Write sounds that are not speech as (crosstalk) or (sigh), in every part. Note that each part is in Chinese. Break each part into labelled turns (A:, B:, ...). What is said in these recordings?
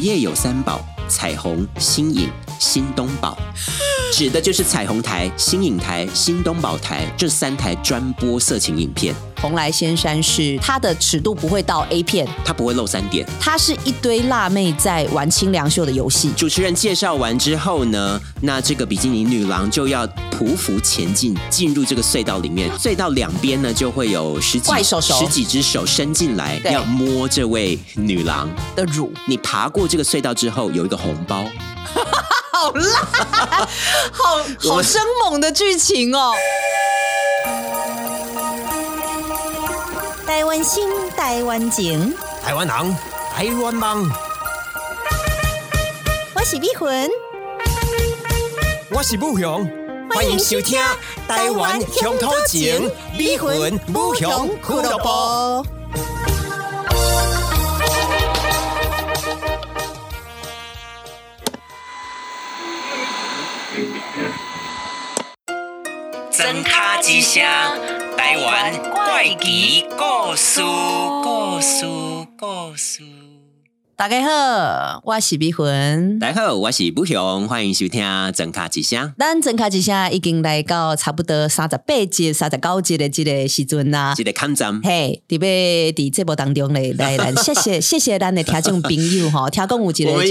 A: 业有三宝：彩虹、新影、新东宝，指的就是彩虹台、新影台、新东宝台这三台专播色情影片，
B: 蓬莱仙山是它的尺度不会到 A 片，
A: 它不会漏三点。
B: 它是一堆辣妹在玩清凉秀的游戏。
A: 主持人介绍完之后呢，那这个比基尼女郎就要匍匐前进，进入这个隧道里面。隧道两边呢就会有十几
B: 怪手手
A: 十几只手伸进来，
B: 对
A: 要摸这位女郎。
B: 的乳
A: 你爬过这个隧道之后，有一个红包，
B: 好辣，
C: (laughs)
B: 好好生猛的剧情哦！
C: 台湾心，台湾情，
D: 台湾人，台湾梦，
C: 我是美魂，
D: 我是武雄，
C: 欢迎收听台湾乡土情，美魂武雄俱乐部。
E: 真卡之声，台湾怪奇故事，故事，故事。
B: 大家好，我是碧魂。
A: 大家好，我是不雄，欢迎收听《整卡吉祥》。
B: 咱整卡之下已经来到差不多三十八集、三十九集的这个时阵啦
A: 记。得看咱
B: 嘿，伫要伫节目当中咧，来来，谢谢谢谢咱的听众朋友吼，听讲有一
A: (laughs) 我们
B: 个，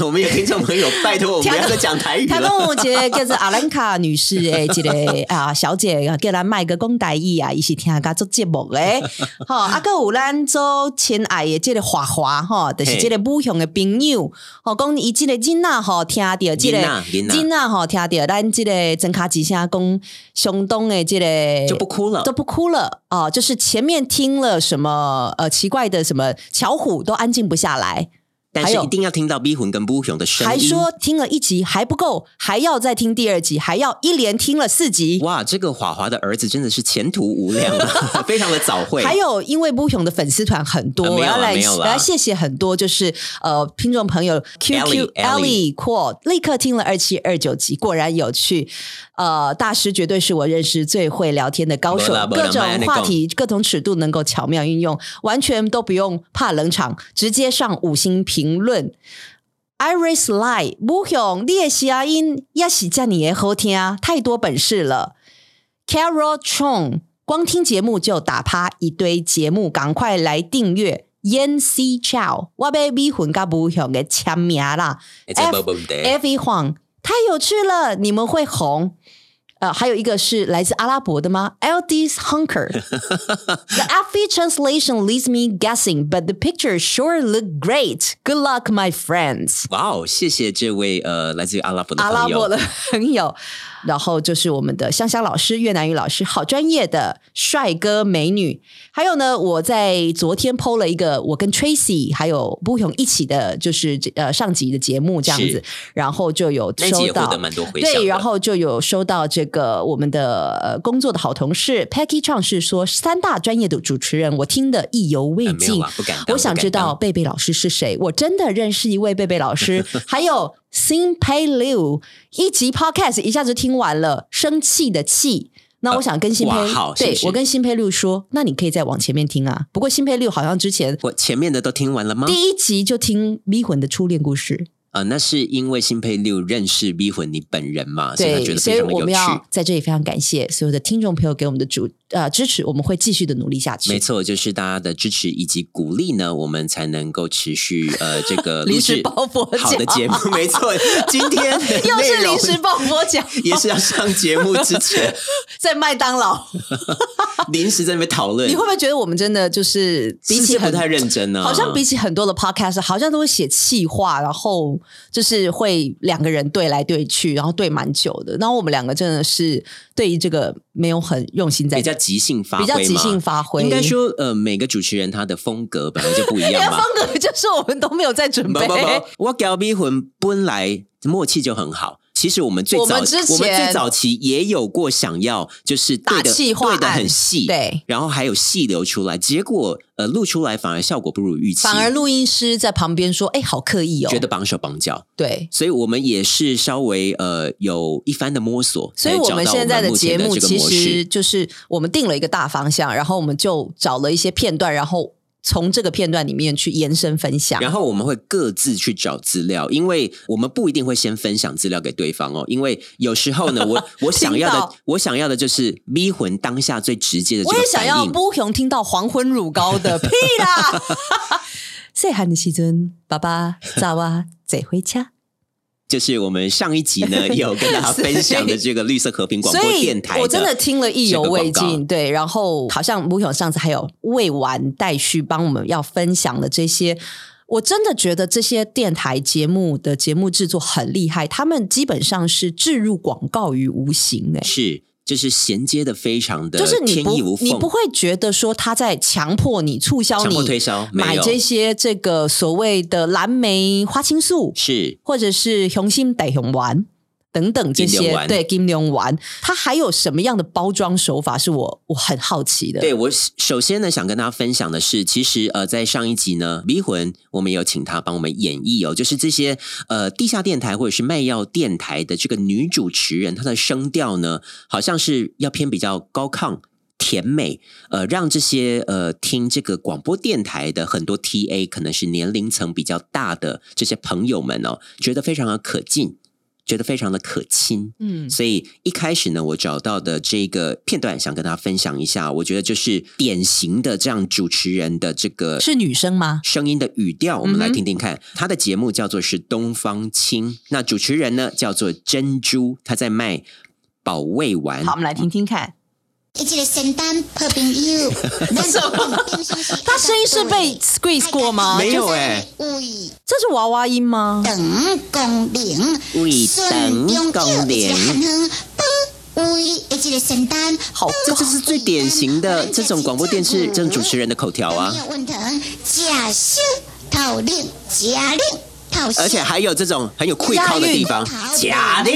A: 有我们有听众朋友，拜托我们不要再讲台语啊
B: 听讲
A: 了。
B: 有一个叫做阿兰卡女士诶，一个啊小姐，叫咱卖个讲台语啊，伊是听甲做
A: (laughs)
B: 节目诶，吼，啊个有咱做亲爱的即个华华吼，就是
A: 嘿
B: 即个武雄的朋友，吼，讲伊即个囡仔吼，听着即个
A: 囡仔囡仔
B: 囡仔吼，听着咱即个真卡之声讲相当的即个
A: 就不哭了
E: 哎
B: 都，不哭了哦，就是前面听了什么呃奇怪的什么巧虎都安静不下来，
A: 但是
B: 还有
A: 一定要听到逼魂跟不雄的声音。
B: 还说听了一集还不够，还要再听第二集，还要一连听了四集。
A: 哇，这个华华的儿子真的是前途无量
E: (laughs)
A: 啊，非常的早慧。
B: 还有，因为不勇的粉丝团很多，
A: 呃没有
B: 我
A: 啦
B: 要来
A: 没有
B: 我
A: 啦
B: 要谢谢很多，就是呃，听众朋友 QQ
A: Ellie，
B: Ellie 扩立刻听了二七二九集，果然有趣。呃，大师绝对是我认识最会聊天的高手
A: 没啦，没啦
B: 各种
A: 别安尼
B: 话
A: 讲
B: 题、各种尺度能够巧妙运用，完全都不用怕冷场，直接上五星评论。Iris Lie，不勇，你的声音也是这你的好听啊，太多本事了。Carol Chong，光听节目就打趴一堆节目，赶快来订阅。Yan C Chow，我被美魂甲不勇的签名啦。
A: 哎这不不不
B: e
A: 得
B: v e r y o n e 太有趣了，你们会红。呃，还有一个是来自阿拉伯的吗？LD's Hunker。The AFI translation leaves me guessing, but the pictures sure look great. Good luck, my friends.
A: 哇哦，谢谢这位呃来自于阿拉伯的
B: 阿拉
A: 朋
B: 伯
A: 友。
B: 的朋友，然后就是我们的香香老师、越南语老师，好专业的帅哥美女。还有呢，我在昨天 PO 了一个我跟 Tracy 还有布勇一起的，就是呃上集的节目这样子
A: 是，
B: 然后就有
A: 那一集
B: 收
A: 也获
B: 到
A: 得蛮多回响的。
B: 对，然后就有收到这个我们的呃工作的好同事 Peggy Chang 是说三大专业的主持人，我听得意犹未
A: 呃没有
B: 尽。
A: 啦，不敢当。
B: 我想
A: 不敢
B: 知道
A: 当
B: 贝贝老师是谁，我真的认识一位贝贝老
A: (laughs)
B: 师，还有 Sing Pay Liu 一集 Podcast 一下子听完了，生气的气。那我想跟新佩、
A: 呃哇好是
B: 对
A: 不是
B: 我跟新佩六说，那你可以再往前面听啊。不过新佩六好像之前
A: 我前面的都听完了吗？
B: 第一集就听《迷魂的初恋故事》，
A: 呃，那是因为新配六认识逼魂你本人嘛，所以他觉
B: 对，
A: 得
B: 所
A: 非
B: 以
A: 常的
B: 我
A: 有
B: 们要
A: 趣。
B: 在这里非常感谢所有的听众朋友给我们的主呃支持，我们会继续的努力下
A: 没
B: 去。
A: 错，就是大家的支持以及鼓励呢，我们才能够持续呃这个
B: 临时
A: 录制
B: 抱佛脚
A: 好的节目。没错，今天
B: 又
A: 内
B: 是
A: 容
B: 临时抱佛脚，
A: (laughs) 也是要上节目之前
B: 在麦当劳，
A: 临时在那边讨论，
B: 哦你会不会觉得我们真的就是比
A: 是不
B: 起
A: 是
B: 很
A: 不太认真呢？
B: 好像比起很多的 podcast，好像都会写气话，然后就是会两个人对来对去，然后对蛮久的。然后我们两个真的是对于这个没有很用心在
A: 比较即兴发挥
B: 比
A: 嘛，
B: 较即兴发挥，
A: 应该说，呃，每个主持人他的风格本来就不一
B: 人
A: 样
B: 家
A: 嘛
B: (laughs) 方。格就是我们都没有在准
A: 不
B: 备。
A: (laughs) 不不，我搞逼魂本来默契就很好。其实我们最早
B: 我们之前
A: 我们最早期也有过想要就是对
B: 打
A: 的
B: 气话
A: 对的
B: 案
A: 很细，，
B: 对，
A: 然后还有细流出来，结果呃录出来反而效果不如预期，
B: 反而录音师在旁边说：“哎、好刻意哦。”
A: 觉得绑手绑脚。
B: 对，
A: 所以我们也是稍微呃有一番的摸索，
B: 所以
A: 才
B: 我
A: 找
B: 们
A: 到
B: 现在
A: 目
B: 节
A: 前的
B: 目
A: 这个
B: 其
A: 模式
B: 实就是我们定了一个大方向，然后我们就找了一些片段，然后从这个片段里面去延伸分享。
A: 然后我们会各自去找资料，因为我们不一定会先分享资料给对方哦，因为有时候呢，
B: (laughs)
A: 我我想要
B: 听
A: 的
B: 到，
A: 我想要的就是迷魂当下最直接的这
B: 我
A: 个
B: 也想
A: 反
B: 要
A: 应。
B: 波雄听到黄昏乳膏的屁
A: (laughs)
B: 啦！细汉的时阵，爸爸早啊，坐回家。
A: 就是我们上一集
B: (laughs)
A: 呢有跟大家分享的这个绿色和平广
B: 所
A: 播
B: 以
A: 电台，
B: 我真的听了意犹未
A: 这个广
B: 尽。对，然后好像吴勇上次还有未完待续，帮我们要分享的这些，我真的觉得这些电台节目的节目制作很厉害，他们基本上是置入广告于无形诶、哎
A: 是就是衔接的非常的
B: 就是你
A: 天衣
B: 不
A: 无缝，
B: 你不会觉得说他在强迫你促销
A: 强迫
B: 你
A: 推销，没
B: 买
A: 有
B: 这些这个所谓的蓝莓花青素，
A: 是
B: 或者是雄心逮雄丸等等这
A: 金
B: 些
A: 龙丸
B: 对金龙丸，它还有什么样的包装手法是我我很好奇的。
A: 对我首首先呢，想跟大家分享的是，其实呃，在上一集呢，迷魂我们有请他帮我们演绎哦，就是这些呃地下电台或者是卖药电台的这个女主持人，她的声调呢，好像是要偏比较高亢。甜美，呃，让这些呃听这个广播电台的很多 TA 可能是年龄层比较大的这些朋友们哦，觉得非常的可敬，觉得非常的可亲。
B: 嗯，
A: 所以一开始呢，我找到的这个片段想跟大家分享一下，我觉得就是典型的这样主持人的这个
B: 是女生吗？
A: 声音的语调，我们来
B: 嗯哼
A: 听听看。他的节目叫做是东方青，那主持人呢叫做珍珠，他在卖保胃丸
B: 好，。我们来听听看，
F: 一个仙丹破冰友，
B: 她声音是被 squeeze 过吗？
A: 没有
F: 哎
A: 欸，
F: 为
B: 这是娃娃音吗？
F: 等功能，
A: 为等功能
F: 一个寒风，崩为一个仙丹，
B: 好
A: 这就是最典型的这种广播电视这种主持人的口条
F: 没有
A: 啊，
F: 问题，假释讨令，假令讨息，
A: 而且还有这种很有会
B: 押
A: 靠的
B: 韵
A: 地方，假的。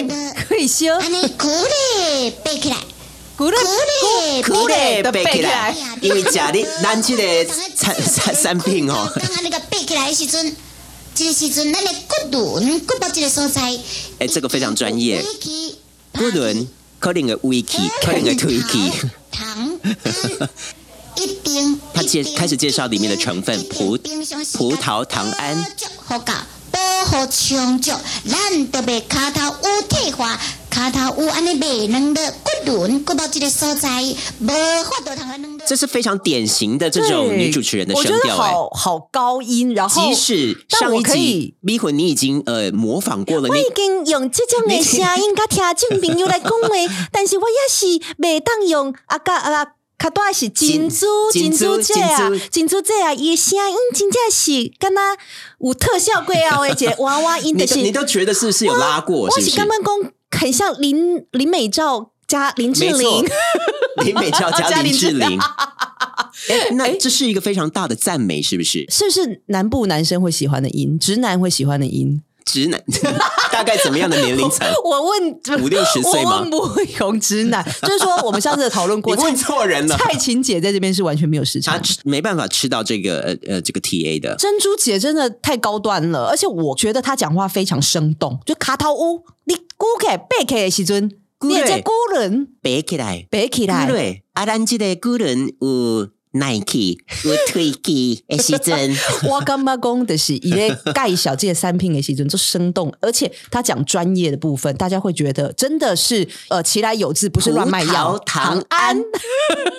B: 可以修，
F: 安尼鼓励背起来，
B: 鼓励
F: 鼓励
A: 苦嘞，背起来
F: 背起来，
A: 因为假的，咱这个产产产品哦，
F: 当安那个背起来的时阵，这个时阵，咱的骨轮骨头这个所在，
A: 哎这个非常专业不论可能的 wiki，可能的 twiki。
F: 糖，糖一定。
A: 他介开始介绍里面的成分葡葡萄糖胺
F: 好搞，保护充足，咱特别卡头有退化，卡头有安尼袂软的骨轮骨头这个所在，无法度通安软的。
A: 这是非常典型的这种
B: 对
A: 女主持人的
B: 我觉
A: 声
B: 得
A: 调、哎。
B: 好好高音，然
A: 即
B: 后
A: 使
B: 但
A: 上
B: 我
A: 一
B: 可以
A: 集迷魂你已经呃模仿过了，
B: 我
A: (laughs) 你
B: 已经用这种的声音甲听众朋友来讲话，但是我也是袂当用啊甲啊较大是珍珠
A: (laughs) 珍
B: 珍珠
A: 珠
B: 姐啊
A: 珍珠，
B: 珍珠姐啊，伊的声音真正是敢若有特效过后的一个娃娃音，
A: 你
B: 就
A: 都
B: 是
A: 你都觉得是不是有拉过？是
B: 我
A: 不
B: 是感
A: 是？
B: 觉讲很像林林美照加林志
A: 没错
B: 玲，，
A: 林美
B: (laughs)
A: 娇
B: 加
A: 加林
B: 林志
A: 志玲
B: 玲。
A: (laughs) 哎，那这是一个非常大的赞美，是不是？
B: 是不是南部男生会喜欢的音，直男会喜欢的音？
A: 直男 (laughs) 大概怎么样的年龄层？
B: 我问
A: 五六十岁吗
B: 我问不用直男，就是说 (laughs) 我们上次有讨论
A: (laughs) 你
B: 过，
A: 问错人了，
B: 蔡琴姐在这边是完全没有市
A: 他
B: 场。
A: 吃没办法吃到这个呃呃这个 TA 的。
B: 珍珠姐真的太高端了，而且我觉得她讲话非常生动，就卡头乌，你咕起背起的时阵，
A: 起
B: 你
A: 来
B: 在咕人
A: 背起来，
B: 背起来，
A: 对，啊，咱这个古人有耐 (laughs) 气，有推气的时阵， (laughs)
B: 我干妈公的是伊咧介绍这些三品的时阵，就生动，而且他讲专业的部分，大家会觉得真的是呃，其来有志，不是乱卖药。
A: 葡萄糖胺，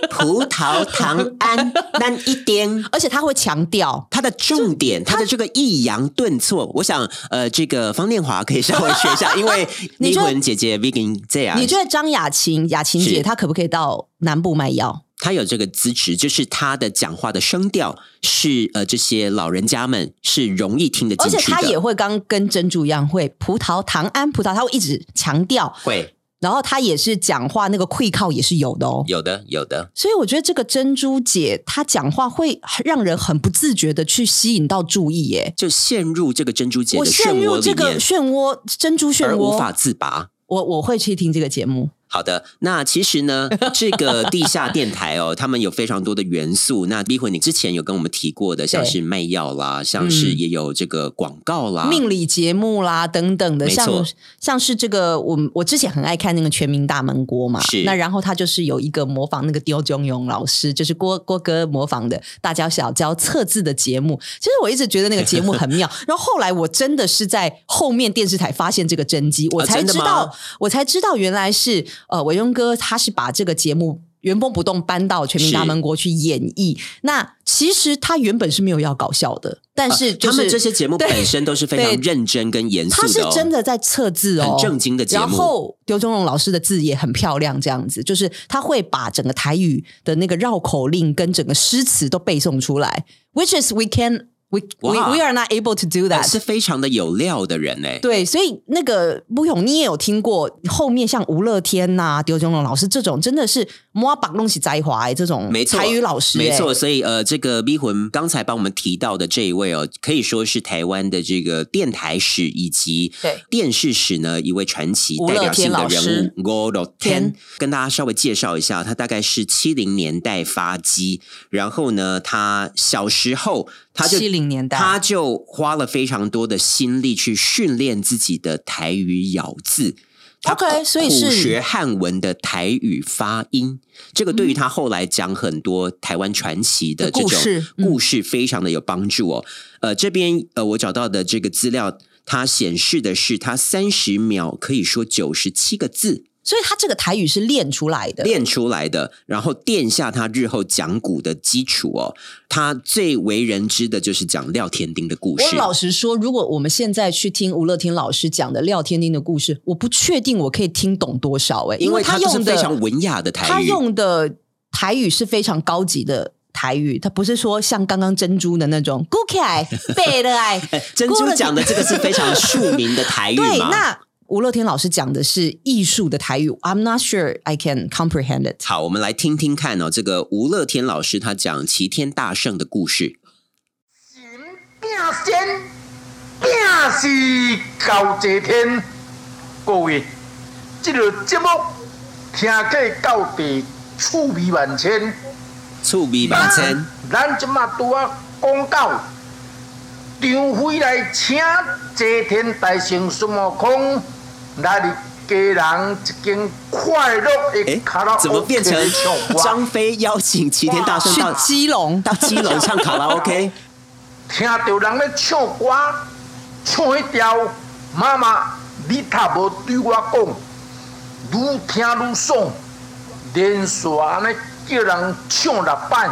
A: 葡萄糖胺，咱一点。
B: 而且他会强调，
A: 它的重点，它的这个抑扬顿挫，我想，呃，这个方念华可以稍微学一 (laughs) 下，因为
B: 你
A: 迷
B: 觉得
A: 魂姐姐 Vegan 这样，
B: 你觉得张雅琴、雅琴姐
A: 哎是
B: 她可不可以到南部卖药？
A: 他有这个资质，就是他的讲话的声调是呃，这些老人家们是容易听得
B: 而
A: 进去
B: 且
A: 的，
B: 她也会刚跟珍珠一样，会葡萄糖胺葡萄，她会一直强调，
A: 会
B: 然后她也是讲话那个溃靠也是有的哦。
A: 有的有的，
B: 所以我觉得这个珍珠姐她讲话会让人很不自觉的去吸引到注意耶。
A: 就陷入这个珍珠姐
B: 我
A: 的漩
B: 陷入
A: 涡
B: 这
A: 里
B: 个
A: 面，
B: 漩涡，珍珠漩
A: 而无法
B: 涡，
A: 自拔。
B: 我我会去听这个节目。
A: 好的，那其实呢，这个地下电台哦，他们有非常多的元素。那逼婚，你之前有跟我们提过的，像是卖药啦，像是也有这个广告啦，
B: 嗯命理节目啦等等的，
A: 没错
B: 像像是这个，我们我之前很爱看那个《全民大闷锅》嘛，
A: 是
B: 那然后他就是有一个模仿那个刁中勇老师，就是郭郭哥模仿的大教小教测字的节目。其实我一直觉得那个节目很
A: (laughs)
B: 妙，然后后来我真的是在后面电视台发现这个真机，我
A: 啊
B: 才
A: 真的
B: 知道，
A: 吗
B: 我才知道原来是呃伟庸哥他是把这个节目。原封不动搬到全民大闷锅去演绎。那其实他原本是没有要搞笑的，但是、就
A: 啊他
B: 是
A: 们这些节目
B: 对
A: 本身都是非常
B: 对
A: 认真跟严肃
B: 他是
A: 的、哦，
B: 真的在测字哦，
A: 很正经的节目
B: 然后刘忠荣老师的字也很漂亮，这样子就是他会把整个台语的那个绕口令跟整个诗词都背诵出来，which is we can we we
A: 哇
B: we are not able to do
A: 呃
B: that。
A: 是非常的有料的人哎、
B: 对，所以那个不勇，你也有听过后面像吴乐天呐、啊丢钟龙老师这种，真的是摸把弄起摘华欸这种，
A: 没错，
B: 台语老师、欸，
A: 没错。所以呃，这个逼魂刚才帮我们提到的这一位哦，可以说是台湾的这个电台史以及
B: 对
A: 电视史呢一位传奇
B: 吴
A: 代
B: 乐
A: 表性
B: 天
A: 的
B: 老
A: 人
B: 师
A: 物。吴乐
B: 天
A: 天，跟大家稍微介绍一下，他大概是七零年代发迹，然后呢，他小时候他就
B: 70年代
A: 他就花了非常多的心力去训练自己的台语咬字。他
B: OK，所以
A: 苦
B: 是
A: 学汉文的台语发音，这个对于他后来讲很多台湾传奇的这
B: 嗯的故
A: 种
B: 事嗯
A: 故事非常的有帮助哦。呃，这边呃我找到的这个资料，它显示的是他三十秒可以说九十七个字
B: 所以他这个台语是练出来的，
A: 练出来的，然后垫下他日后讲古的基础哦。他最为人知的就是讲廖天丁的故
B: 我
A: 事。
B: 老实说，如果我们现在去听吴乐天老师讲的廖天丁的故事，我不确定我可以听懂多少哎、
A: 因为
B: 他
A: 他都是
B: 用的
A: 非常文雅的台语，”，
B: 他用的台语是非常高级的。台语，他不是说像刚刚珍珠的那种“鼓起来，背的来
A: 哎珍珠讲的这个是非常庶民的台语嘛？
B: (laughs) 对，那吴乐天老师讲的是艺术的台语，I'm not sure I can comprehend it。
A: 好，我们来听听看哦，这个吴乐天老师他讲齐天大圣的故事。
G: 拼仙，拼是到齐天。各位，这个节目听过到底趣味万千。
A: 醋比马千，
G: 咱即马拄啊讲到，张飞来请齐天大圣孙悟空来家人一间快乐的
A: 哎
G: 卡拉，
A: 怎么
G: OK
A: 变成
G: 唱歌
A: 张飞邀请齐天大圣
B: 去
A: 啊到
B: 基隆，
A: 到基隆唱卡拉
B: (laughs)
A: OK？
G: 听到人咧唱歌，唱迄条妈妈，你头无对我讲，愈听愈爽，连续安尼叫人唱六摆，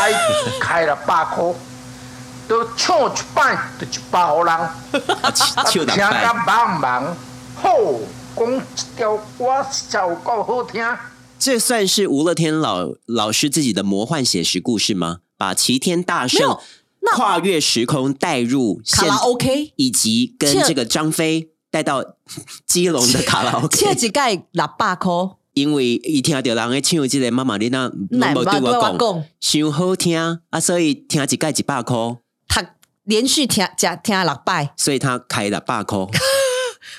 G: 爱开六百箍， (laughs) 都唱一摆就一百互人，
A: 啊就
G: 听
A: 两
G: 甲
A: 拜。
G: 茫茫，好，讲一条歌实在有够好听。
A: 这算是吴乐天老老师自己的魔幻写实故事吗？把齐天大
B: 没
A: 圣
B: 有那
A: 跨越时空带入
B: (laughs) 卡
A: 现
B: 拉 OK。
A: 以及跟
B: 这
A: 这个张飞带到基隆的卡拉 OK， (laughs)
B: 切一盖喇叭扣，
A: 因为伊听到人咧唱即个妈妈你那拢
B: 奶
A: 无
B: 爸
A: 对
B: 对
A: 我
B: 我
A: 讲，
B: 讲，
A: 伤好听啊，所以听一届一百箍，
B: 他连续听加听六拜，
A: 所以他开了百箍，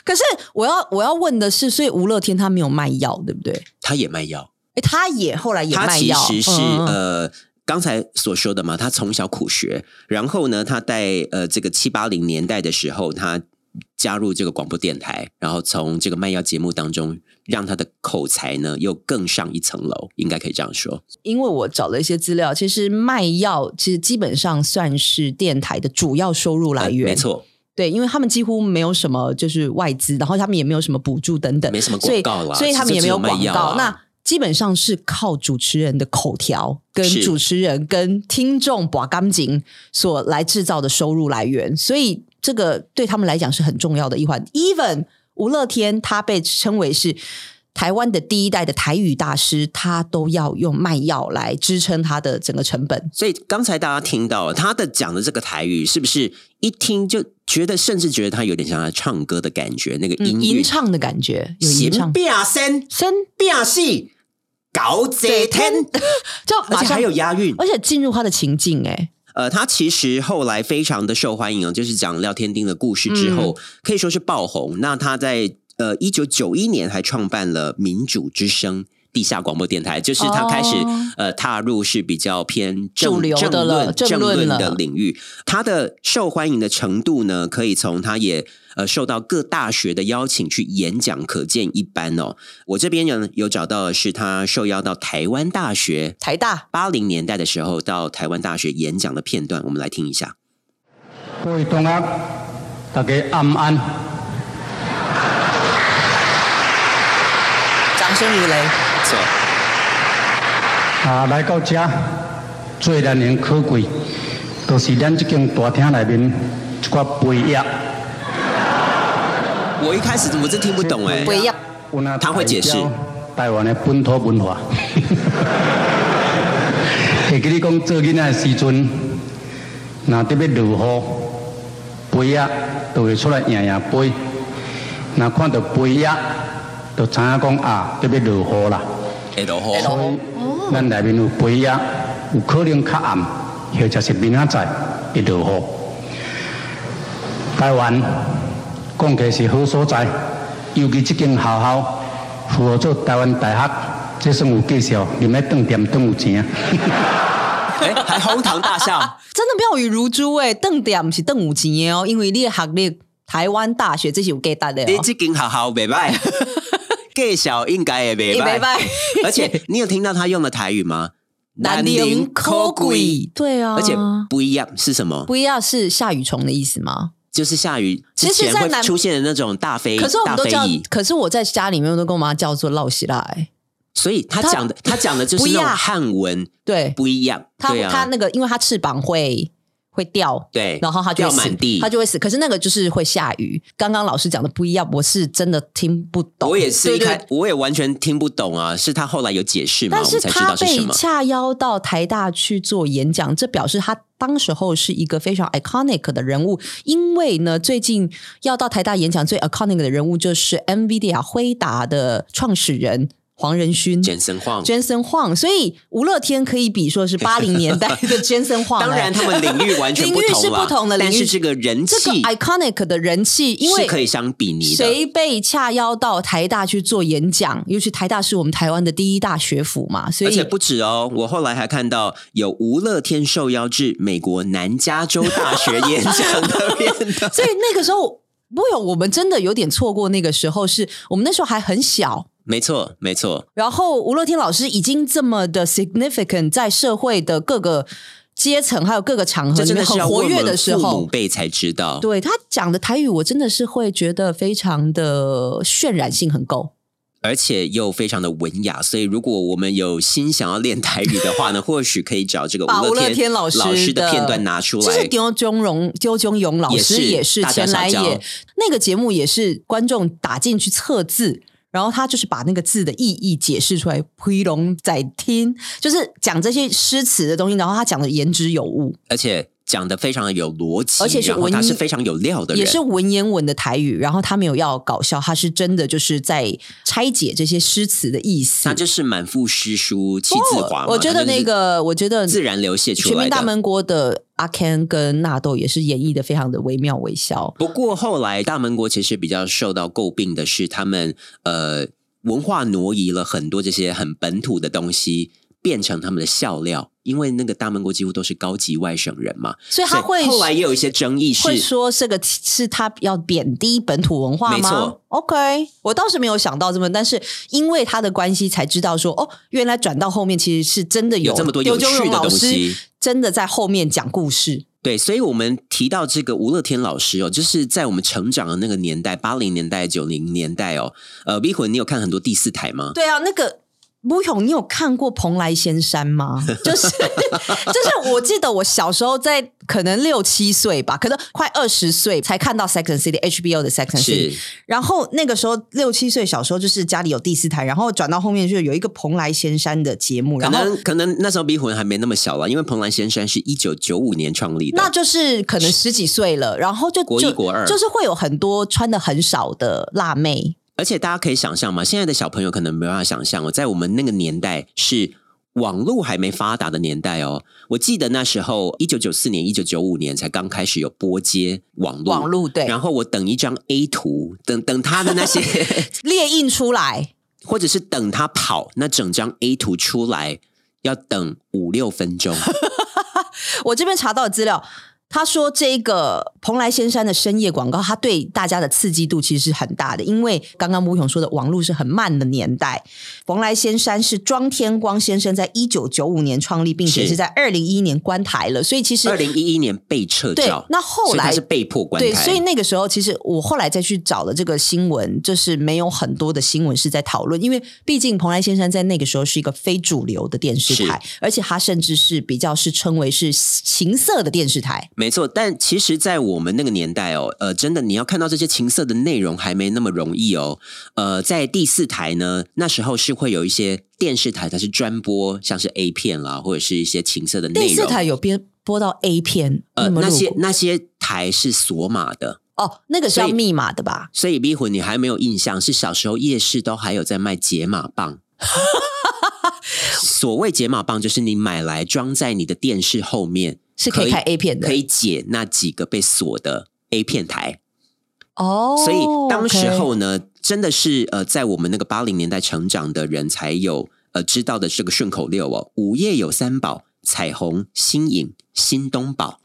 B: 可是我要我要问的是，所以吴乐天他没有卖药，对不对？
A: 他也卖药，
B: 诶他也后 (laughs) 来也
A: 他
B: 卖
A: 其
B: 药，
A: 实是、
B: 嗯嗯
A: 呃。刚才所说的嘛，他从小苦学，然后呢，他在呃这个七八零年代的时候，他加入这个广播电台，然后从这个卖药节目当中，让他的口才呢又更上一层楼，应该可以这样说。
B: 因为我找了一些资料，其实卖药其实基本上算是电台的主要收入来源，
A: 呃没，错，
B: 对，因为他们几乎没有什么就是外资，然后他们也没有什么补助等等，
A: 没什么
B: 所以
A: 广告啦
B: 所以他们也没有广
A: 只有卖
B: 告。
A: 药啊
B: 那基本上是靠主持人的口条、跟
A: 是
B: 主持人跟听众把钢琴所来制造的收入来源，所以这个对他们来讲是很重要的一环。Even 吴乐天他被称为是。台湾的第一代的台语大师，他都要用卖药来支撑他的整个成本。
A: 所以刚才大家听到他的讲的这个台语，是不是一听就觉得，甚至觉得他有点像在唱歌的感觉？那个
B: 嗯，
A: 音乐
B: 吟唱的感觉，有吟唱，
A: 变身
B: 真
A: 变戏搞这天，
B: (laughs) 就
A: 而
B: 马
A: 且
B: 上
A: 还有押韵。
B: 而且进入他的情境、哎，
A: 呃，他其实后来
B: 嗯
A: 非常的受欢迎哦，就是讲廖天丁的故事之后，可以说是爆红。那他在。呃一九九一年还创办了民主之声。地下广播电台，就是他开始、
B: 哦
A: 呃踏入是比较偏
B: 主
A: 正
B: 流
A: 正
B: 的了
A: 论
B: 政
A: 正
B: 论
A: 论
B: 了
A: 的领域。他的受欢迎的程度呢，可以从他也呃受到各大学的邀请去演讲可见一斑哦。我这边呢有找到的是他受邀到台湾大学
B: 台大
A: 八零年代的时候到台湾大学演讲的片段，我们来听一下。
H: 各位同学，大家晚安。
B: 掌声如雷，
A: 错，
H: 啊，来到这最难能可贵，就是咱这间大厅内面一寡杯鸭。
A: 我一开始怎么真听不懂哎、
B: 不一样。
H: 有哪
A: 他会解释
H: 代表台湾的本土文化。 (laughs) 会记你讲做囡仔的时阵，若特别落雨，杯鸭就会出来赢赢杯。若看到杯鸭，就知影讲啊，特别落雨啦。
A: 哎，然后
H: 所以咱内面有肥鸭，有可能较暗，或者是明仔载会落雨。台湾讲起是好所在，尤其这间学校符合做台湾大学，这算有介绍，啉咧顿店顿有钱。
A: 哎还哄堂大笑，
B: (laughs) 真的妙语如珠诶，邓点不是邓有钱的哦，因为你的学历台湾大学这是有给答的
A: 你
B: 哦，
A: 这间学校袂
B: (laughs)
A: 歹，介绍应该也
B: 也
A: 袂
B: 没
A: 歹。
B: 拜，
A: 而且你有听到他用的台语吗？
B: (laughs) 南宁抠鬼，，对啊，
A: 而且不一样是什么？
B: 不一样是下雨虫的意思吗？
A: 就是下雨之
B: 其实
A: 前
B: 在
A: 会
B: 南
A: 出现的那种大飞，
B: 可是我们
A: 大
B: 都
A: 飞
B: 叫
A: 蚁，，
B: 可是我在家里面都跟我妈叫做烙喜辣、欸，
A: 所以他
B: 他
A: 讲的他讲的就是
B: 不一
A: 那
B: 样
A: 种汉文
B: 对，
A: 不一样，
B: 它
A: 对
B: 它
A: 啊，
B: 那个，因为它翅膀会会掉，
A: 对
B: 然后它就会
A: 掉
B: 死
A: 满地
B: 它就会死。可是那个就是会下雨。刚刚老师讲的不一样，我是真的听不懂。
A: 我也是一
B: 对对
A: 开，我也完全听不懂啊，是他后来有解释嘛，
B: 但
A: 我们
B: 是
A: 才知
B: 他
A: 道是什
B: 被
A: 么。
B: 恰邀到台大去做演讲，这表示他当时候是一个非常 iconic 的人物。因为呢，最近要到台大演讲最 iconic 的人物就是 NVIDIA 辉达的创始人黄仁勋。
A: 简生晃，
B: Jensen Huang，所以吴乐天可以比说是八零年代
A: (laughs)
B: 的 Jensen Huang 哎。
A: 当然他们领域完全
B: 领
A: 不
B: 域是
A: 同啦
B: 不同的领域，
A: 但是这个人
B: 这个
A: 气
B: iconic 的人气，因为
A: 是可以相比拟的。
B: 谁被恰邀到台大去做演讲？尤其台大是我们台湾的第一大学府嘛，所
A: 而且
B: 以
A: 不止哦，我后来还看到有吴乐天受邀至美国南加州大学演讲的片段
B: (laughs) 所以那个时候，不有我们真的有点错过那个时候是，我们那时候还很小。
A: 没错，没
B: (laughs)
A: 错，
B: 然后吴乐天老师已经这么的 significant，在社会的各个阶层还有各个场合
A: 这
B: 里
A: 真
B: 面
A: 的是
B: 很
A: 要
B: 活
A: 问
B: 跃
A: 我
B: 的
A: 们
B: 时
A: 父母
B: 候，
A: 辈才知道。
B: 对他讲的台语，我真的是会觉得非常的渲染性很够。
A: 而且又非常的文雅，所以如果我们有心想要练台语的
B: (laughs)
A: 话呢，或许可以找这个
B: 把
A: 吴
B: 吴乐天老
A: 老
B: 师
A: 的片段拿出
B: 就是
A: 来。
B: 丢中荣、丢中勇老师也
A: 也
B: 是
A: 是
B: 前来
A: 大家小
B: 也
A: 交
B: 那个节目也是观众打进去测字。然后他就是把那个字的意义解释出来，披龙在听，就是讲这些诗词的东西。然后他讲的言之有物，
A: 而且讲的非常的有逻辑，
B: 而且是
A: 然后
B: 文
A: 他是
B: 艺
A: 非常有料的人，
B: 也是文言文的台语。然后他没有要搞笑，他是真的就是在拆解这些诗词的意思。
A: 他就是满腹诗书气自华嘛、
B: 哦我我觉得
A: 他就是
B: 那个，我觉得
A: 自然流泻出
B: 全
A: 来
B: 民大
A: 的。
B: 闷锅的阿 Ken 跟纳豆也是演绎的非常的惟妙惟肖。
A: 不过后来大门国其实比较受到诟病的是，他们呃文化挪移了很多这些很本土的东西，变成他们的笑料。因为那个大门国几乎都是高级外省人嘛，
B: 所以他
A: 所以
B: 会
A: 后来也有一些争议是
B: 会说这个是他要贬低本土文化吗？
A: 没错
B: ，OK，我倒是没有想到这么，但是因为他的关系才知道说，哦，原来转到后面其实是真的
A: 有这么多
B: 刘
A: 有
B: 墉
A: 趣
B: 荣
A: 的
B: 老
A: 东
B: 师
A: 西。
B: 真的在后面讲故事。
A: 对，所以我们提到这个吴乐天老师哦，就是在我们成长的那个年代，八零年代、九零年代哦。呃，V 魂，你有看很多第四台吗？
B: 对啊，那个。吴勇，你有看过《蓬莱仙山》吗？ (laughs) 就是就是，我记得我小时候在可能六七岁吧，可能快二十岁才看到 Sex and City HBO 的 Sex and City，
A: 是
B: 然后那个时候六七岁，小时候就是家里有第四台，然后转到后面就有一个蓬莱仙山的节目，
A: 可
B: 然后
A: 能可能那时候 V 魂还没那么小了，因为蓬莱仙山是一九九五年创立的，
B: 那就是可能十几岁了，然后就
A: 国一
B: 就
A: 国二
B: 就是会有很多穿的很少的辣妹，
A: 而且大家可以想象嘛，现在的小朋友可能没办法想象哦，在我们那个年代是网络还没发达的年代哦，我记得那时候一九九四年、一九九五年才刚开始有拨接网络，
B: 网络对
A: 然后我等一张 A 图，等等他的那
B: (laughs)
A: 些
B: 列印出来，
A: 或者是等他跑那整张 A 图出来，要等五六分
B: (laughs)
A: 钟。
B: 我这边查到的资料，他说这个蓬莱仙山的深夜广告，它对大家的刺激度其实是很大的，因为刚刚吴勇说的网络是很慢的年代，蓬莱仙山是庄天光先生在一九九五年创立，并且
A: 是
B: 是在二零一一年关台了，所以其实
A: 二零一一年被撤
B: 对
A: 照，，
B: 那后
A: 所以他
B: 来
A: 是被迫关台，
B: 对，所以那个时候其实我后来再去找了这个新闻，就是没有很多的新闻是在讨论，因为毕竟蓬莱先生在那个时候是一个非主流的电视台，而且它甚至是比较是称为是情色的电视台。
A: 没错，但其实，在我们那个年代哦，呃，真的你要看到这些情色的内容还没那么容易哦。呃，在第四台呢，那时候是会有一些电视台，它是专播像是 A 片啦，或者是一些情色的内容。
B: 第四台有编播到 A 片，
A: 呃，
B: 你有没有
A: 那
B: 录
A: 些
B: 过
A: 那些台是锁码的，
B: 哦，那个是要
A: 所以
B: 密码的吧？
A: 所以逼魂你还没有印象，是小时候夜市都还有在卖解码
B: (laughs)
A: 棒。所谓解码棒，就是你买来装在你的电视后面，
B: 是可以看 A 片的
A: 可以解那几个被锁的 A 片台。
B: 哦，
A: 所以当时
B: OK
A: 候呢，真的是呃，在我们那个八零年代成长的人才有呃知道的这个顺口溜哦，午夜有三宝：彩虹、新影、新东
B: (laughs)
A: 宝，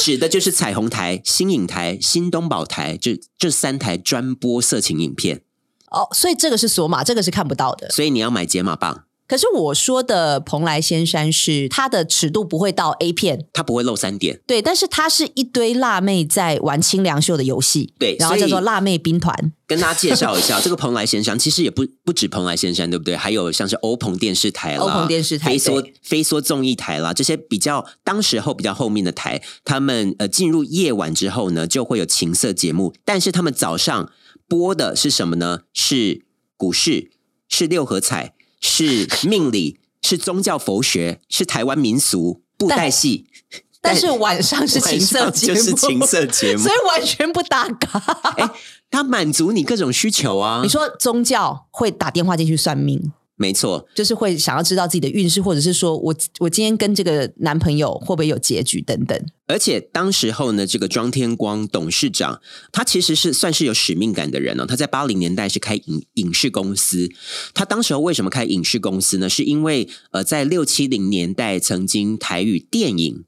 A: 指的就是彩虹台、新影台、新东宝台这这三台专播色情影片，
B: 哦，所以这个是锁码，这个是看不到的。
A: 所以你要买解码棒，
B: 可是我说的蓬莱仙山是它的尺度不会到 A 片，
A: 它不会漏三点。
B: 对，但是它是一堆辣妹在玩清凉秀的游戏，
A: 对
B: 然后
A: 所
B: 叫
A: 以
B: 做辣妹兵团，
A: 跟大家介绍一下，这个蓬莱仙山其实也不不止蓬莱仙山，对不对？还有像是欧鹏电视台啦、
B: 欧鹏电视台
A: 飞梭
B: 对
A: 飞梭综艺台啦，这些比较当时候比较后面的台，他们呃进入夜晚之后呢，就会有情色节目，但是他们早上播的是什么呢？是股市，是六合彩，是命理，是宗教佛学，是台湾民俗布袋戏，
B: 但是晚上是情色
A: 晚上
B: 节目，
A: 就是情色节目
B: (laughs)
A: 哎
B: 所，以完全不搭嘎。
A: 它满足你各种需求啊
B: 你。说宗教会打电话进去算命，
A: 没错，
B: 就是会想要知道自己的运势，或者是说我我今天跟这个男朋友会不会有结局等等。
A: 而且当时候呢，这个庄天光董事长，他其实是算是有使命感的人哦。他在八零年代是开影影视公司，他当时候为什么开影视公司呢？是因为呃，在六七零年代曾经台语电影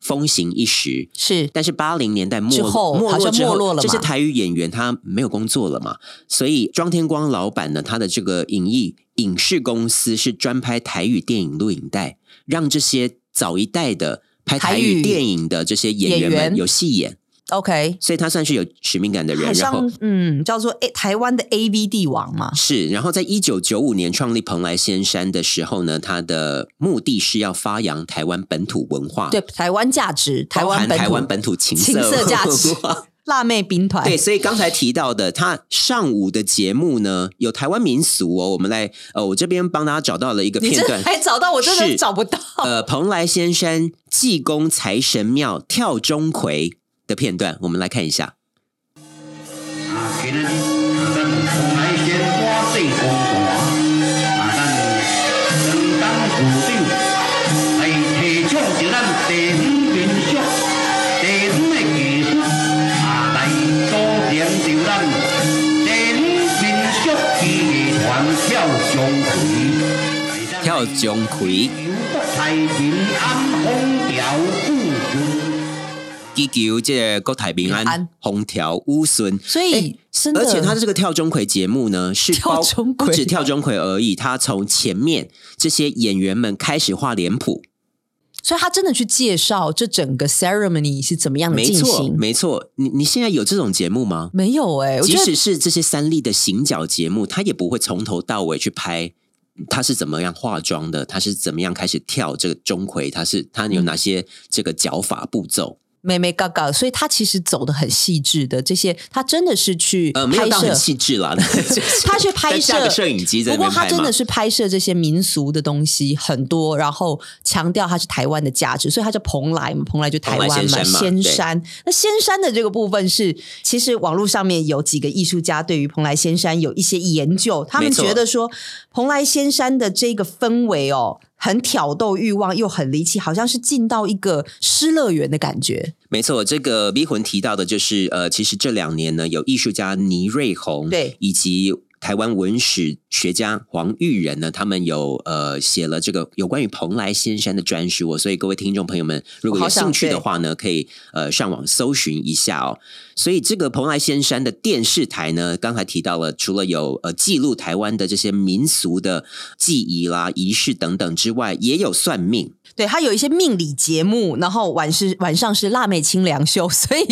A: 风行一时。
B: 是
A: 但是八零年代末
B: 之后
A: 没
B: 好
A: 落
B: 像
A: 之后，
B: 没落了嘛
A: 就是台语演员他没有工作了嘛，所以庄天光老板呢，他的这个影艺影视公司是专拍台语电影录影带，让这些早一代的拍台
B: 台
A: 语
B: 语
A: 电影的这些演员
B: 演员
A: 们有戏演，
B: OK，
A: 所以他算是有使命感的人
B: 好。
A: 然后
B: 像嗯叫做 A 台湾的 A V 帝王嘛，
A: 是，然后在一九九五年创立蓬莱仙山的时候呢，他的目的是要发扬台湾本土文化，
B: 对，，台湾价值，台
A: 啊包
B: 湾
A: 含
B: 本
A: 台
B: 土
A: 湾本土情
B: 情色价
A: (laughs)
B: 值
A: 文化
B: 辣妹兵团，
A: 对，所以刚才提到的，他上午的节目呢，有台湾民俗哦。我们来，呃，我这边帮大家找到了一个
B: 你
A: 片
B: 这
A: 段，
B: 还找到我真的
A: 是
B: 找不到。
A: 呃，蓬莱仙山济公财神庙跳钟馗的片段，我们来看一下。
H: 啊，今日咱蓬莱仙花对公盘，啊，咱两党主长来提倡着咱地方民俗、地方的技术，啊，来组成着咱地方民俗艺艺团跳钟馗。
A: 跳钟馗，
H: 台民安风调故事。
A: 祈求这个国泰民
B: 平
A: 安
B: 安，
A: 红条乌孙。
B: 所以
A: 诶
B: 真的
A: 而且他的这个跳钟馗节目呢，是
B: 跳
A: 包
B: 钟馗
A: 不止跳钟馗而已，他从前面这些演员们开始画脸谱，
B: 所以他真的去介绍这整个 ceremony 是怎么样的
A: 没
B: 哦进
A: 错，
B: 行？
A: 没错。你你现在有这种节目吗？
B: 没有哎、我
A: 即
B: 觉得
A: 使是这些三立的行脚节目，他也不会从头到尾去拍他是怎么样化妆的，他是怎么样开始跳这个钟馗，他是他
B: 嗯
A: 有哪些这个脚法步骤。
B: 妹妹嘎嘎，所以他其实走的很细致的这些，他真的是去
A: 呃，没有
B: 拍
A: 到很
B: 摄，
A: 细致啦，就是
B: (laughs) 他去拍
A: 再架
B: 摄
A: 个摄影机在那
B: 不过
A: 边拍嘛
B: 他真的是拍摄这些民俗的东西很多，然后强调它是台湾的价值，所以它叫蓬莱嘛，蓬莱就台湾
A: 蓬莱仙山嘛
B: 仙山。那仙山的这个部分是，其实网络上面有几个艺术家对于蓬莱仙山有一些研究，他们
A: 没错
B: 觉得说蓬莱仙山的这个氛围哦，很挑逗欲望，又很离奇，好像是进到一个失乐园的感觉。
A: 没错，这个迷魂提到的就是呃，其实这两年呢，有艺术家倪瑞红
B: 对
A: 以及。台湾文史学家黄玉仁呢，他们有呃写了这个有关于蓬莱仙山的专书哦，所以各位听众朋友们，如果有
B: 我好想
A: 兴趣的
B: 对
A: 话呢，可以呃上网搜寻一下哦。所以这个蓬莱仙山的电视台呢，刚才提到了，除了有呃记录台湾的这些民俗的记忆啦、仪式等等之外，也有算命。
B: 对，它有一些命理节目，然后晚是晚上是辣妹清凉秀， (laughs) 所以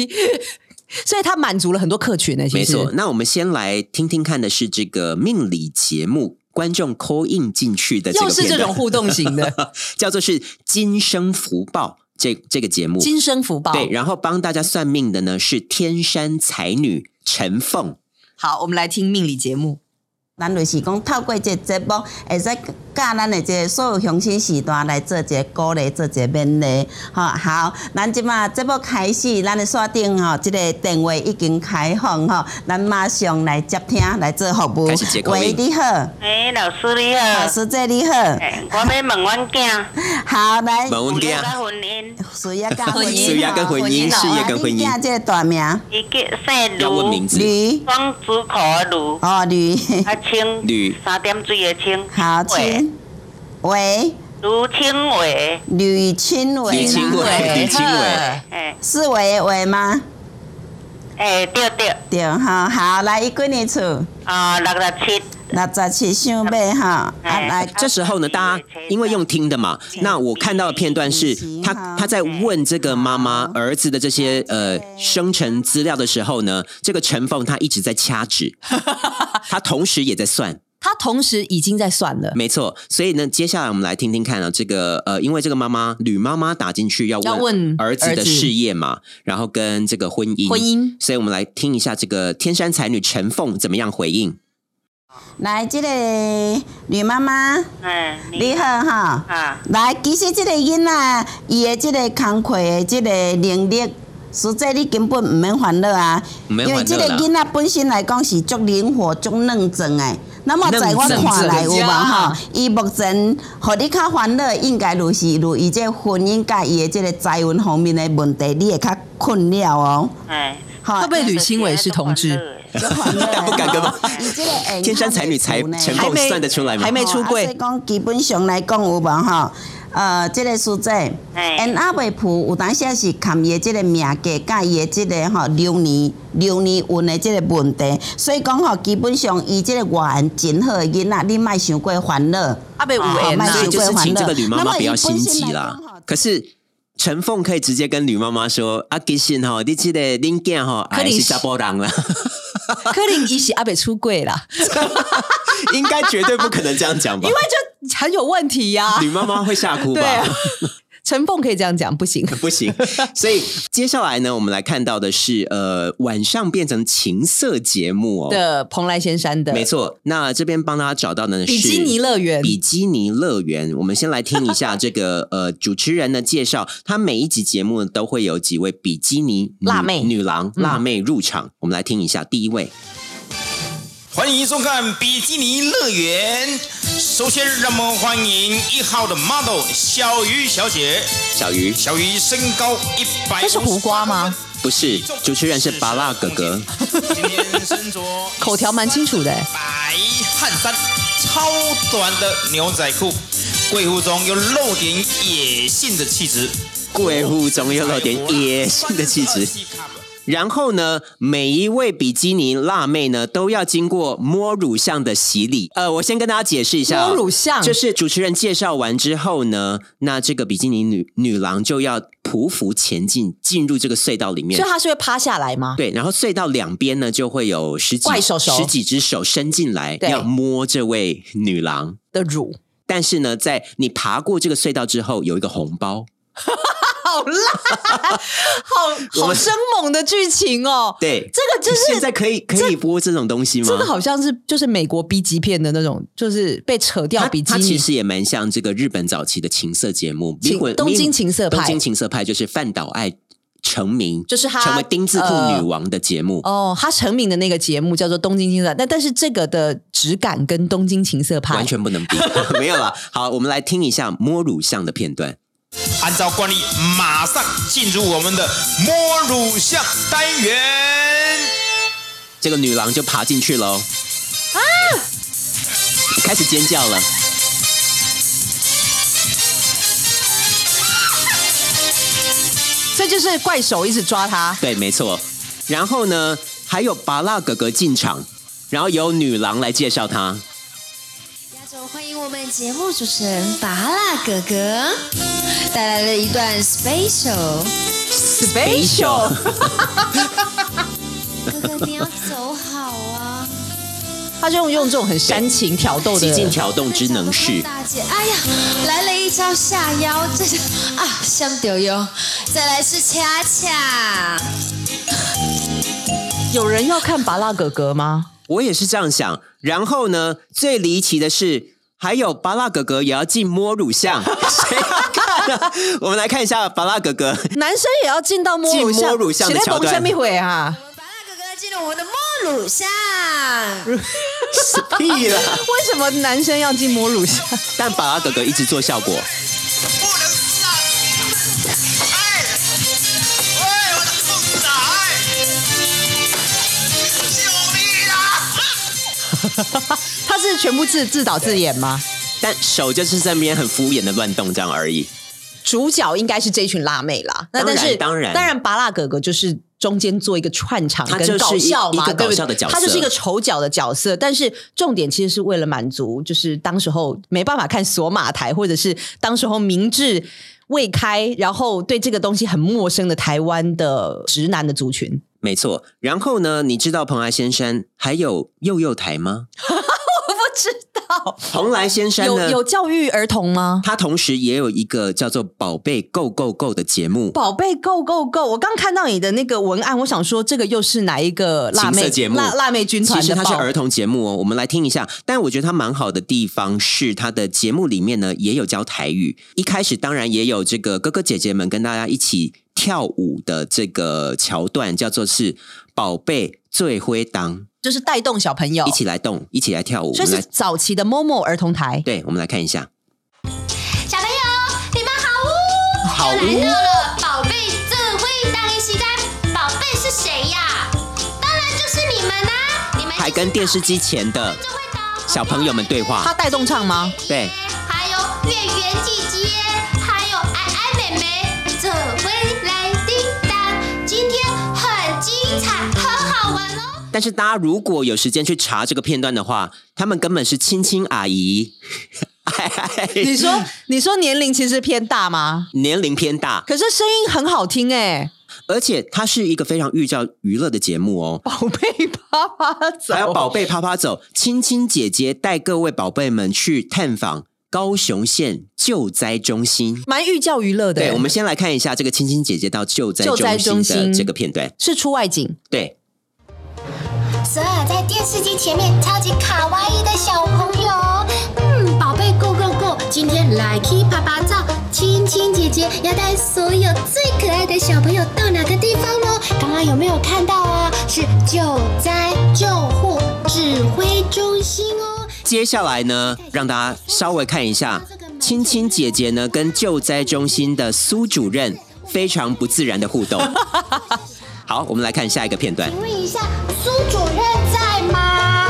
B: 所以它满足了很多客群呢。其
A: 没
B: 实
A: 错，那我们先来听听看的是这个命理节目观众 call in 进去的这个
B: 又是
A: 片
B: 这
A: 段
B: 种互动型的
A: (laughs) 叫做是今生福报这这个节目，
B: 今生福报。
A: 对，然后帮大家算命的呢是天山才女陈凤。
B: 好，我们来听命理节目。
I: 咱就是讲透过这节目，会使教咱的这个所有乡亲时代来做一个鼓励，做一个勉励。吼、好，咱即马节目开始，咱的线顶吼，即、个电话已经开放吼，咱马上来接听来做服务
A: 开始接。口
I: 喂，
A: 音呃
I: 你好，
J: 哎，老师你
I: 老
J: 好。
I: 师姐你好，
J: 哎，我要问阮囝，
I: 好来，
A: 问阮
J: 有
A: 囝
J: 了个婚姻，
I: 水亚跟
B: 婚
A: (laughs)
B: 姻
I: 吼
B: 水
A: 亚跟婚姻事业跟婚姻嗯
I: 啊你囝这个大名
J: 伊叫姓
A: 要问名
J: 卢，
A: 字，
I: 吕，
J: 双子口的卢，
I: 哦吕，
J: 啊清，
A: 吕
J: 三点水的清，
I: 好，
J: 伟，
I: 请喂，
J: 卢清伟，
I: 吕清伟啦，
A: 吕清伟，吕清伟，
J: 哎
I: 是伟的伟吗？
J: 哎对对，
I: 对哈，好，来伊几年厝，
J: 啊六六七，
I: 六十七想买哈，啊
J: 哎
I: 来，
A: 这时候呢，大家因为用听的嘛，那我看到的片段是他他在问这个妈妈儿子的这些呃生辰资料的时候呢，这个陈凤她一直在掐
B: (laughs)
A: 指，她同时也在算，
B: 他同时已经在算了，
A: 没错。所以呢，接下来我们来听听看啊，这个呃，因为这个妈妈吕妈妈打进去要
B: 要
A: 问
B: 问
A: 儿子的
B: 儿子
A: 事业嘛，然后跟这个婚姻
B: 婚姻，
A: 所以我们来听一下这个天山才女陈凤怎么样回应。
I: 来这个吕妈妈，
J: 哎
I: 你好哈。
J: 啊，
I: 来，其实即个囡仔，伊的即个工课的即个能力，实际你根本毋免烦恼啊，
A: 唔免
I: 因
A: 烦恼
I: 为即个
A: 啦
I: 囡仔本身来讲是足灵活、足认真诶。那么在我
A: 认真
I: 看来有无
B: 真啊
I: 吼，伊目前，互你较烦恼的，应该就是如伊这婚姻甲伊的即个财运方面的问题，你会较困扰哦。
J: 哎，
I: 吼
B: 会不会吕清伟是同志？
I: 足烦恼的
A: 不敢跟
I: 吼伊这个缘
A: 天山才女才
I: 较袂
A: 陈
I: 熟呢
A: 凤
B: 还没
A: 算得出来吗？
B: 还没出
I: 哦啊所以
B: 柜，
I: 讲基本上来讲有无吼？呃，即、个书仔，
J: 嘿
I: 因阿未普有当时是看伊的即个命格，甲伊的即个吼流年流年运的即个问题，所以讲吼，基本上伊即个外缘真好的囡仔，你莫伤过烦恼。
B: 阿贝五
A: 啊
B: 哎
I: 哦
B: 元
I: 慢
B: 呐
I: 慢。
A: 所以就是请这个吕妈
I: 那
A: 妈
I: 么
A: 不要心急
I: 一般性来讲
A: 啦
I: 哈。
A: 可是陈凤可以直接跟吕妈妈说：“啊，其实哈，你记得恁囝哈，
B: 可
A: 哎
B: 能
A: 是
B: 是
A: 查波人
B: (laughs)
A: 啦， (laughs)
B: 柯林一起阿北出柜啦，
A: 应该绝对不可能这样讲吧
B: 因？为就很有问题呀、 (laughs)
A: 吕妈妈会吓哭
B: 对啊
A: 吧？”，
B: 陈凤可以这样讲，不行。
A: (laughs) 不行，所以接下来呢，我们来看到的是，呃，晚上变成情色节目哦，
B: 的蓬莱仙山的，
A: 没错，那这边帮大家找到的呢是
B: 比基尼乐园
A: 比基尼乐园，我们先来听一下这
B: (laughs)
A: 个呃主持人的介绍，他每一集节目都会有几位比基尼女
B: 辣妹
A: 女郎、
B: 嗯
A: 辣妹入场，我们来听一下第一位。
D: 欢迎收看比基尼乐园。首先，让我们欢迎一号的 model 小鱼小姐。
A: 小鱼
D: 小鱼身高一百，
B: 这是胡瓜吗？
A: 不是主持人是巴拉哥哥，
D: 今天身着
B: 口条蛮清楚的
D: 白汗衫，超短的牛仔裤，贵妇中又露点野性的气质，哦
A: 贵妇中又露点野性的气质。然后呢，每一位比基尼辣妹呢，都要经过摸乳像的洗礼。呃，我先跟大家解释一下哦、
B: 摸乳像
A: 就是主持人介绍完之后呢，那这个比基尼女女郎就要匍匐前进，进入这个隧道里面
B: 所以。他是会啊趴下来吗？
A: 对，然后隧道两边呢就会有十几
B: 怪手手
A: 十几只手伸进来，
B: 对
A: 要摸这位女郎。
B: 的乳，
A: 但是呢，在你爬过这个隧道之后，有一个红包。
B: 好辣，好
A: 我
B: 好
A: 们
B: 生猛的剧情哦。
A: 对，
B: 这个就
A: 现
B: 是
A: 在可以可以播这种东西吗？
B: 这个好像是就是美国 B 级片的那种，就是被扯掉
A: 它
B: 比基
A: 它其
B: 尼。
A: 实也蛮像这个日本早期的情色节目，
B: 情
A: 迷魂
B: 东京情色派
A: 东京情色派就是饭岛爱成名，
B: 就是她
A: 成为丁字裤女王的节目。
B: 哦，他成名的那个节目叫做《东京青色》，但但是这个的质感跟《东京情色派》
A: 完全不能
B: (laughs)
A: 比，没有啦。好，我们来听一下摸乳像的片段。
D: 按照惯例，马上进入我们的摸乳像单元。
A: 这个女郎就爬进去喽，啊！开始尖叫了。
B: 这就是怪手一直抓他，
A: 对，没错。然后呢，还有拔蜡哥哥进场，然后由女郎来介绍他。
K: 大家好，欢迎我们节目主持人拔蜡哥哥带来了一段 special。
B: 哎 special
K: 哥哥，你要走好啊！
B: 他就用用这种很煽情挑逗
A: 极尽
B: 的，
A: 挑动之能事，
K: 大姐，哎呀，来了一招下腰，这是啊，香丢哟！再来是恰恰，
B: 有人要看拔蜡哥哥吗？
A: 我也是这样想。然后呢，最离奇的是，还有巴拉哥哥也要进摸乳
B: (laughs)
A: 像，谁要看啊？我们来看一下巴拉哥
B: (laughs)
A: 哥，
B: 男生也要进到摸乳
A: 进
B: 像，
A: 摸乳像的
B: 谁在
A: 桥段
B: 蹦下面会啊？
K: 我们拔蜡哥哥进了我们的莫鲁巷，
A: 屁啦！
B: 为什么男生要进摸乳像？
A: 但巴拉哥哥一直做效果，
B: 他是全部自自导自演吗？
A: 但手就是在那边很敷衍的乱动这样而已。
B: 主角应该是这一群辣妹啦。那
A: 当然
B: 但是
A: 当然
B: 当然，拔蜡哥哥就是中间做一个串场
A: 他
B: 跟
A: 就是
B: 搞
A: 一
B: 笑嘛，
A: 一个
B: 对不
A: 搞
B: 对
A: 笑的角色
B: 他就是一个丑角的角色。但是重点其实是为了满足，就是当时候没办法看索马台，或者是当时候明智。未开，然后对这个东西很陌生的台湾的直男的族群，
A: 没错，然后呢？你知道蓬莱仙山还有幼幼台吗？
B: (laughs) 我不知道
A: 蓬莱仙山
B: 有
A: 呢？
B: 有教育儿童吗？
A: 它同时也有一个叫做“宝贝 Go Go Go” 的节目，
B: 宝贝，Go Go Go！我刚看到你的那个文案，我想说这个又是哪一个辣
A: 情
B: 妹
A: 色节目
B: 辣辣妹军团
A: 其
B: 的
A: 实它是
B: 报
A: 儿童节目哦，我们来听一下。但我觉得它蛮好的地方是，它的节目里面呢也有教台语。一开始当然也有这个哥哥姐姐们跟大家一起跳舞的这个桥段，叫做是“宝贝最会当
B: 就是带动小朋友”，
A: 一起来动，一起来跳舞。我
B: 哦所以
A: 们
B: 是
A: 来，
B: 早期的 Momo 儿童台，
A: 对，我们来看一下。
K: 小朋友，你们好
A: 好
K: 呜，
A: 呜
K: 又来到了宝贝最会当一西单，宝贝是谁呀？当然就是你们啦、你们就是
A: 还跟电视机前的
K: 最会当
A: 小朋友们对
B: 他
A: 话，
B: 带动唱吗？
A: 对，
K: 还有月圆姐姐，还有安安妹妹，这回来叮当，今天很精彩，很好玩哦。
A: 但是大家如果有时间去查这个片段的话，他们根本是亲亲阿姨，
B: 你说你说年龄其实偏大吗？
A: (laughs) 年龄偏大，
B: 可是声音很好听哎、
A: 而且它是一个非常寓教于乐的节目
B: (laughs)
A: 哦。
B: 宝贝啪啪走，
A: 还有宝贝啪啪走，亲亲姐姐带各位宝贝们去探访高雄县救灾中心。
B: 蛮寓教于乐的、
A: 对，我们先来看一下这个亲亲姐姐到救灾
B: 救灾
A: 中心
B: 中心
A: 的这个片段。
B: 是出外景，
A: 对，
F: 所有在电视机前面超级卡哇伊的小朋友，嗯，宝贝 Go Go Go，今天来 k 爸爸照，亲亲姐姐要带所有最可爱的小朋友到哪个地方呢？刚刚有没有看到啊？是救灾救护指挥中心哦。
A: 接下来呢，让大家稍微看一下亲亲姐姐呢跟救灾中心的苏主任非常不自然的互
B: (laughs)
A: 动。好，我们来看下一个片段。
F: 请问一下，苏主任在吗？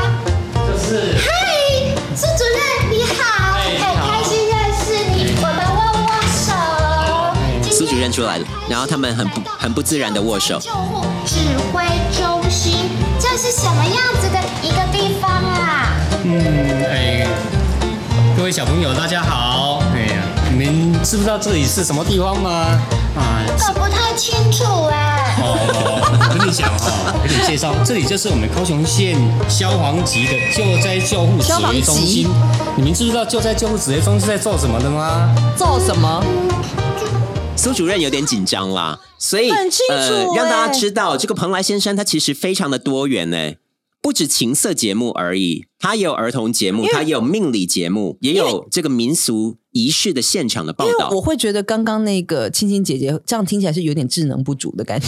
F: 就是。嗨，苏主任你好，
A: 哎
F: 很开心认识你，我们握握手。
A: 哎苏主任出来了，然后他们很不很不自然的握手。
F: 救护指挥中心，这是什么样子的一个地方啊？
L: 嗯，哎，各位小朋友，大家好。哎呀，你们知不知道这里是什么地方吗？啊，
F: 我不太清楚哎。
L: 哦，跟你讲哦，跟你介绍，这里就是我们高雄县消防局的救灾救护指挥中心
B: 消。
L: 你们知不知道救灾救护指挥中心在做什么的吗？
B: 做什么？
A: 苏主任有点紧张啦，所以
B: 很清楚
A: 呃，
B: 欸
A: 让大家知道这个蓬莱仙山它其实非常的多元呢、欸不止情色节目而已，它也有儿童节目
B: 因，为
A: 它也有命理节目，也有这个民俗仪式的现场的报
B: 因为
A: 道。
B: 我会觉得刚刚那个青青姐姐这样听起来是有点智能不足的
A: (laughs)
B: 感觉，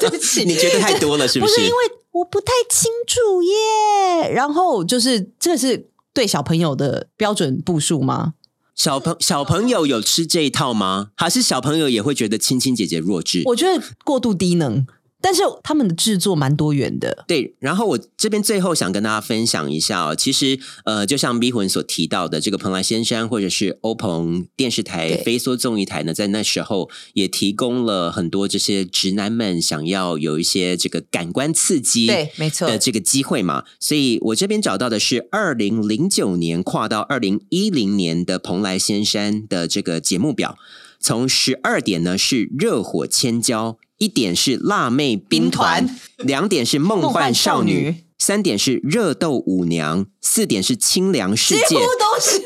B: 对不起，
A: 你觉得太多了是
B: (laughs) 不
A: 不是
B: 是因为我不太清楚耶。然后就是这是对小朋友的标准步数吗？
A: 小朋小朋友有吃这一套吗？还是小朋友也会觉得青青姐姐弱智？
B: 我觉得过度低能，但是他们的制作蛮多元的。
A: 对，然后我这边最后想跟大家分享一下哦，其实呃，就像逼魂所提到的，这个蓬莱仙山或者是欧鹏电视台、
B: 对
A: 飞梭综艺台呢，在那时候也提供了很多这些直男们想要有一些这个感官刺激，
B: 对没错
A: 的这个机会嘛。所以我这边找到的是二零零九年跨到二零一零年的蓬莱仙山的这个节目表，从十二点呢是热火千焦，一点是辣妹兵团，
B: 兵
A: 两点是梦
B: 梦幻
A: 幻少
B: 少
A: 女
B: 女，
A: 三点是热斗舞娘，四点是清凉世
B: 几
A: 界
B: 乎，
A: (laughs)
B: 都是，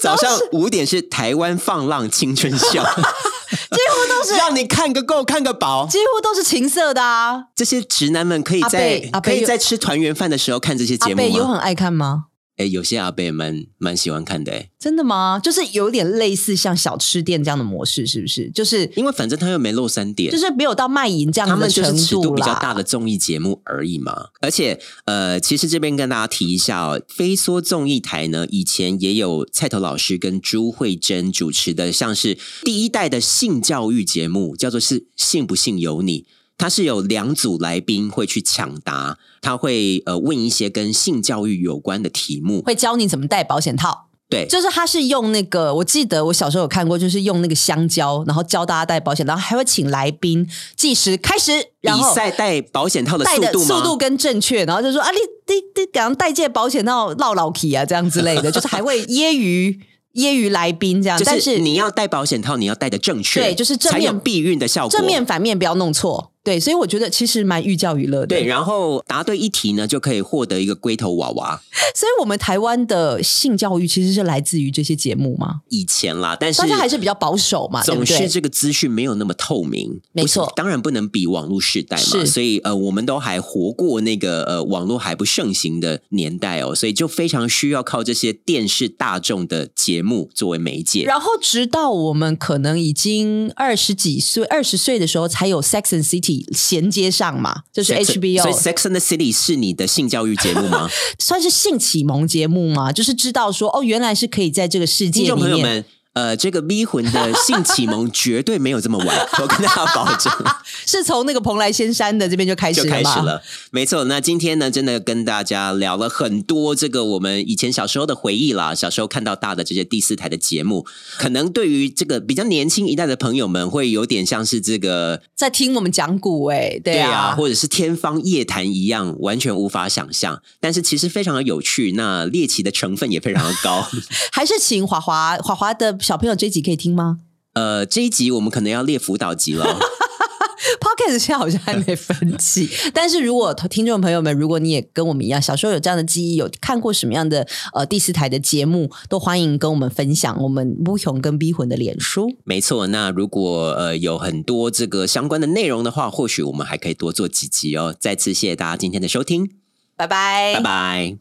A: 早上五点是台湾放浪青春
B: (laughs)
A: 秀，
B: 几乎都是，
A: 让你看个够，看个饱。
B: 几乎都是情色的啊。
A: 这些直男们可以
B: 阿
A: 在
B: 贝阿
A: 可
B: 贝
A: 以
B: 有
A: 在吃团圆饭的时候看这些
B: 阿
A: 节目
B: 贝有
A: 吗
B: 很？爱看吗？
A: 哎，有些阿贝蛮蛮喜欢看的哎，
B: 真的吗？就是有点类似像小吃店这样的模式，是不是？就是
A: 因为反正他又没露三点，
B: 就是没有到卖淫这样
A: 他
B: 的
A: 们就
B: 程
A: 是尺度
B: 度
A: 比较
B: 啦。
A: 大的综艺节目而已嘛。而且，呃，其实这边跟大家提一下哦，飞梭综艺台呢，以前也有菜头老师跟朱慧珍主持的，像是第一代的性教育节目，叫做是信不信由你。它是有两组来宾会去抢答，他会呃问一些跟性教育有关的题目，
B: 会教你怎么戴保险套，
A: 对，
B: 就是他是用那个，我记得我小时候有看过，就是用那个香蕉，然后教大家戴保险，然后还会请来宾计时开始，然
A: 比
B: 后
A: 赛戴保险套的
B: 戴
A: 速
B: 的
A: 度吗？
B: 速度跟正确，然后就说啊，你你你讲戴件保险套绕老皮啊，这样之类
A: (laughs)
B: 的，就是还会揶揄揶揄来宾这样，
A: 就
B: 但
A: 是
B: 是
A: 你要戴保险套，你要戴的正确，
B: 对就是正
A: 才有
B: 面
A: 避孕的效果，
B: 正面反面不要弄错，对，所以我觉得其实蛮寓教于乐的。
A: 对，然后答对一题呢，就可以获得一个龟头娃娃。
B: 所以我们台湾的性教育其实是来自于这些节目吗？
A: 以前啦，但是
B: 大家还是比较保守嘛，对
A: 总
B: 不
A: 是
B: 对？
A: 这个资讯没有那么透明，
B: 没错
A: 不是当然不能比网络时代嘛，
B: 是
A: 所以呃，我们都还活过那个呃网络还不盛行的年代哦，所以就非常需要靠这些电视大众的节目作为媒介。
B: 然后直到我们可能已经二十几岁、二十岁的时候，才有《Sex and City》衔接上嘛，就是
A: Sex- 所以《
B: HBO
A: Sex and the City》是你的性教育节目
B: (laughs)
A: 吗？
B: 算是性启蒙节目嘛，就是知道说哦，原来是可以在这个世
A: 听
B: 界
A: 众
B: 里
A: 朋友
B: 面，
A: 们，呃，这个逼魂的性启蒙绝对没有这么晚，
B: (laughs)
A: 我跟大家保证。
B: 是从那个蓬莱仙山的这边就开始
A: 就
B: 了
A: 开始
B: 嘛。
A: 了，没错。那今天呢，真的跟大家聊了很多这个我们以前小时候的回忆啦，小时候看到大的这些第四台的节目，可能对于这个比较年轻一代的朋友们，会有点像是这个
B: 在听我们讲古哎、对啊，
A: 或者是天方夜谭一样，完全无法想象。但是其实非常的有趣，那猎奇的成分也非常的
B: (laughs)
A: 高。
B: 还是请华华华华的小朋友这一集可以
A: (laughs)
B: 听吗
A: 呃，这一集我们可能要列辅导集
B: (laughs)
A: 了。
B: ？Pocket 现在好像还没分级，但是如果听众朋友们，如果你也跟我们一样，小时候有这样的记忆，有看过什么样的呃第四台的节目，都欢迎跟我们分享。我们乌熊跟逼魂的脸书，
A: 没错，那如果呃有很多这个相关的内容的话，或许我们还可以多做几集哦。再次谢谢大家今天的收听，
B: 拜拜，
A: 拜拜。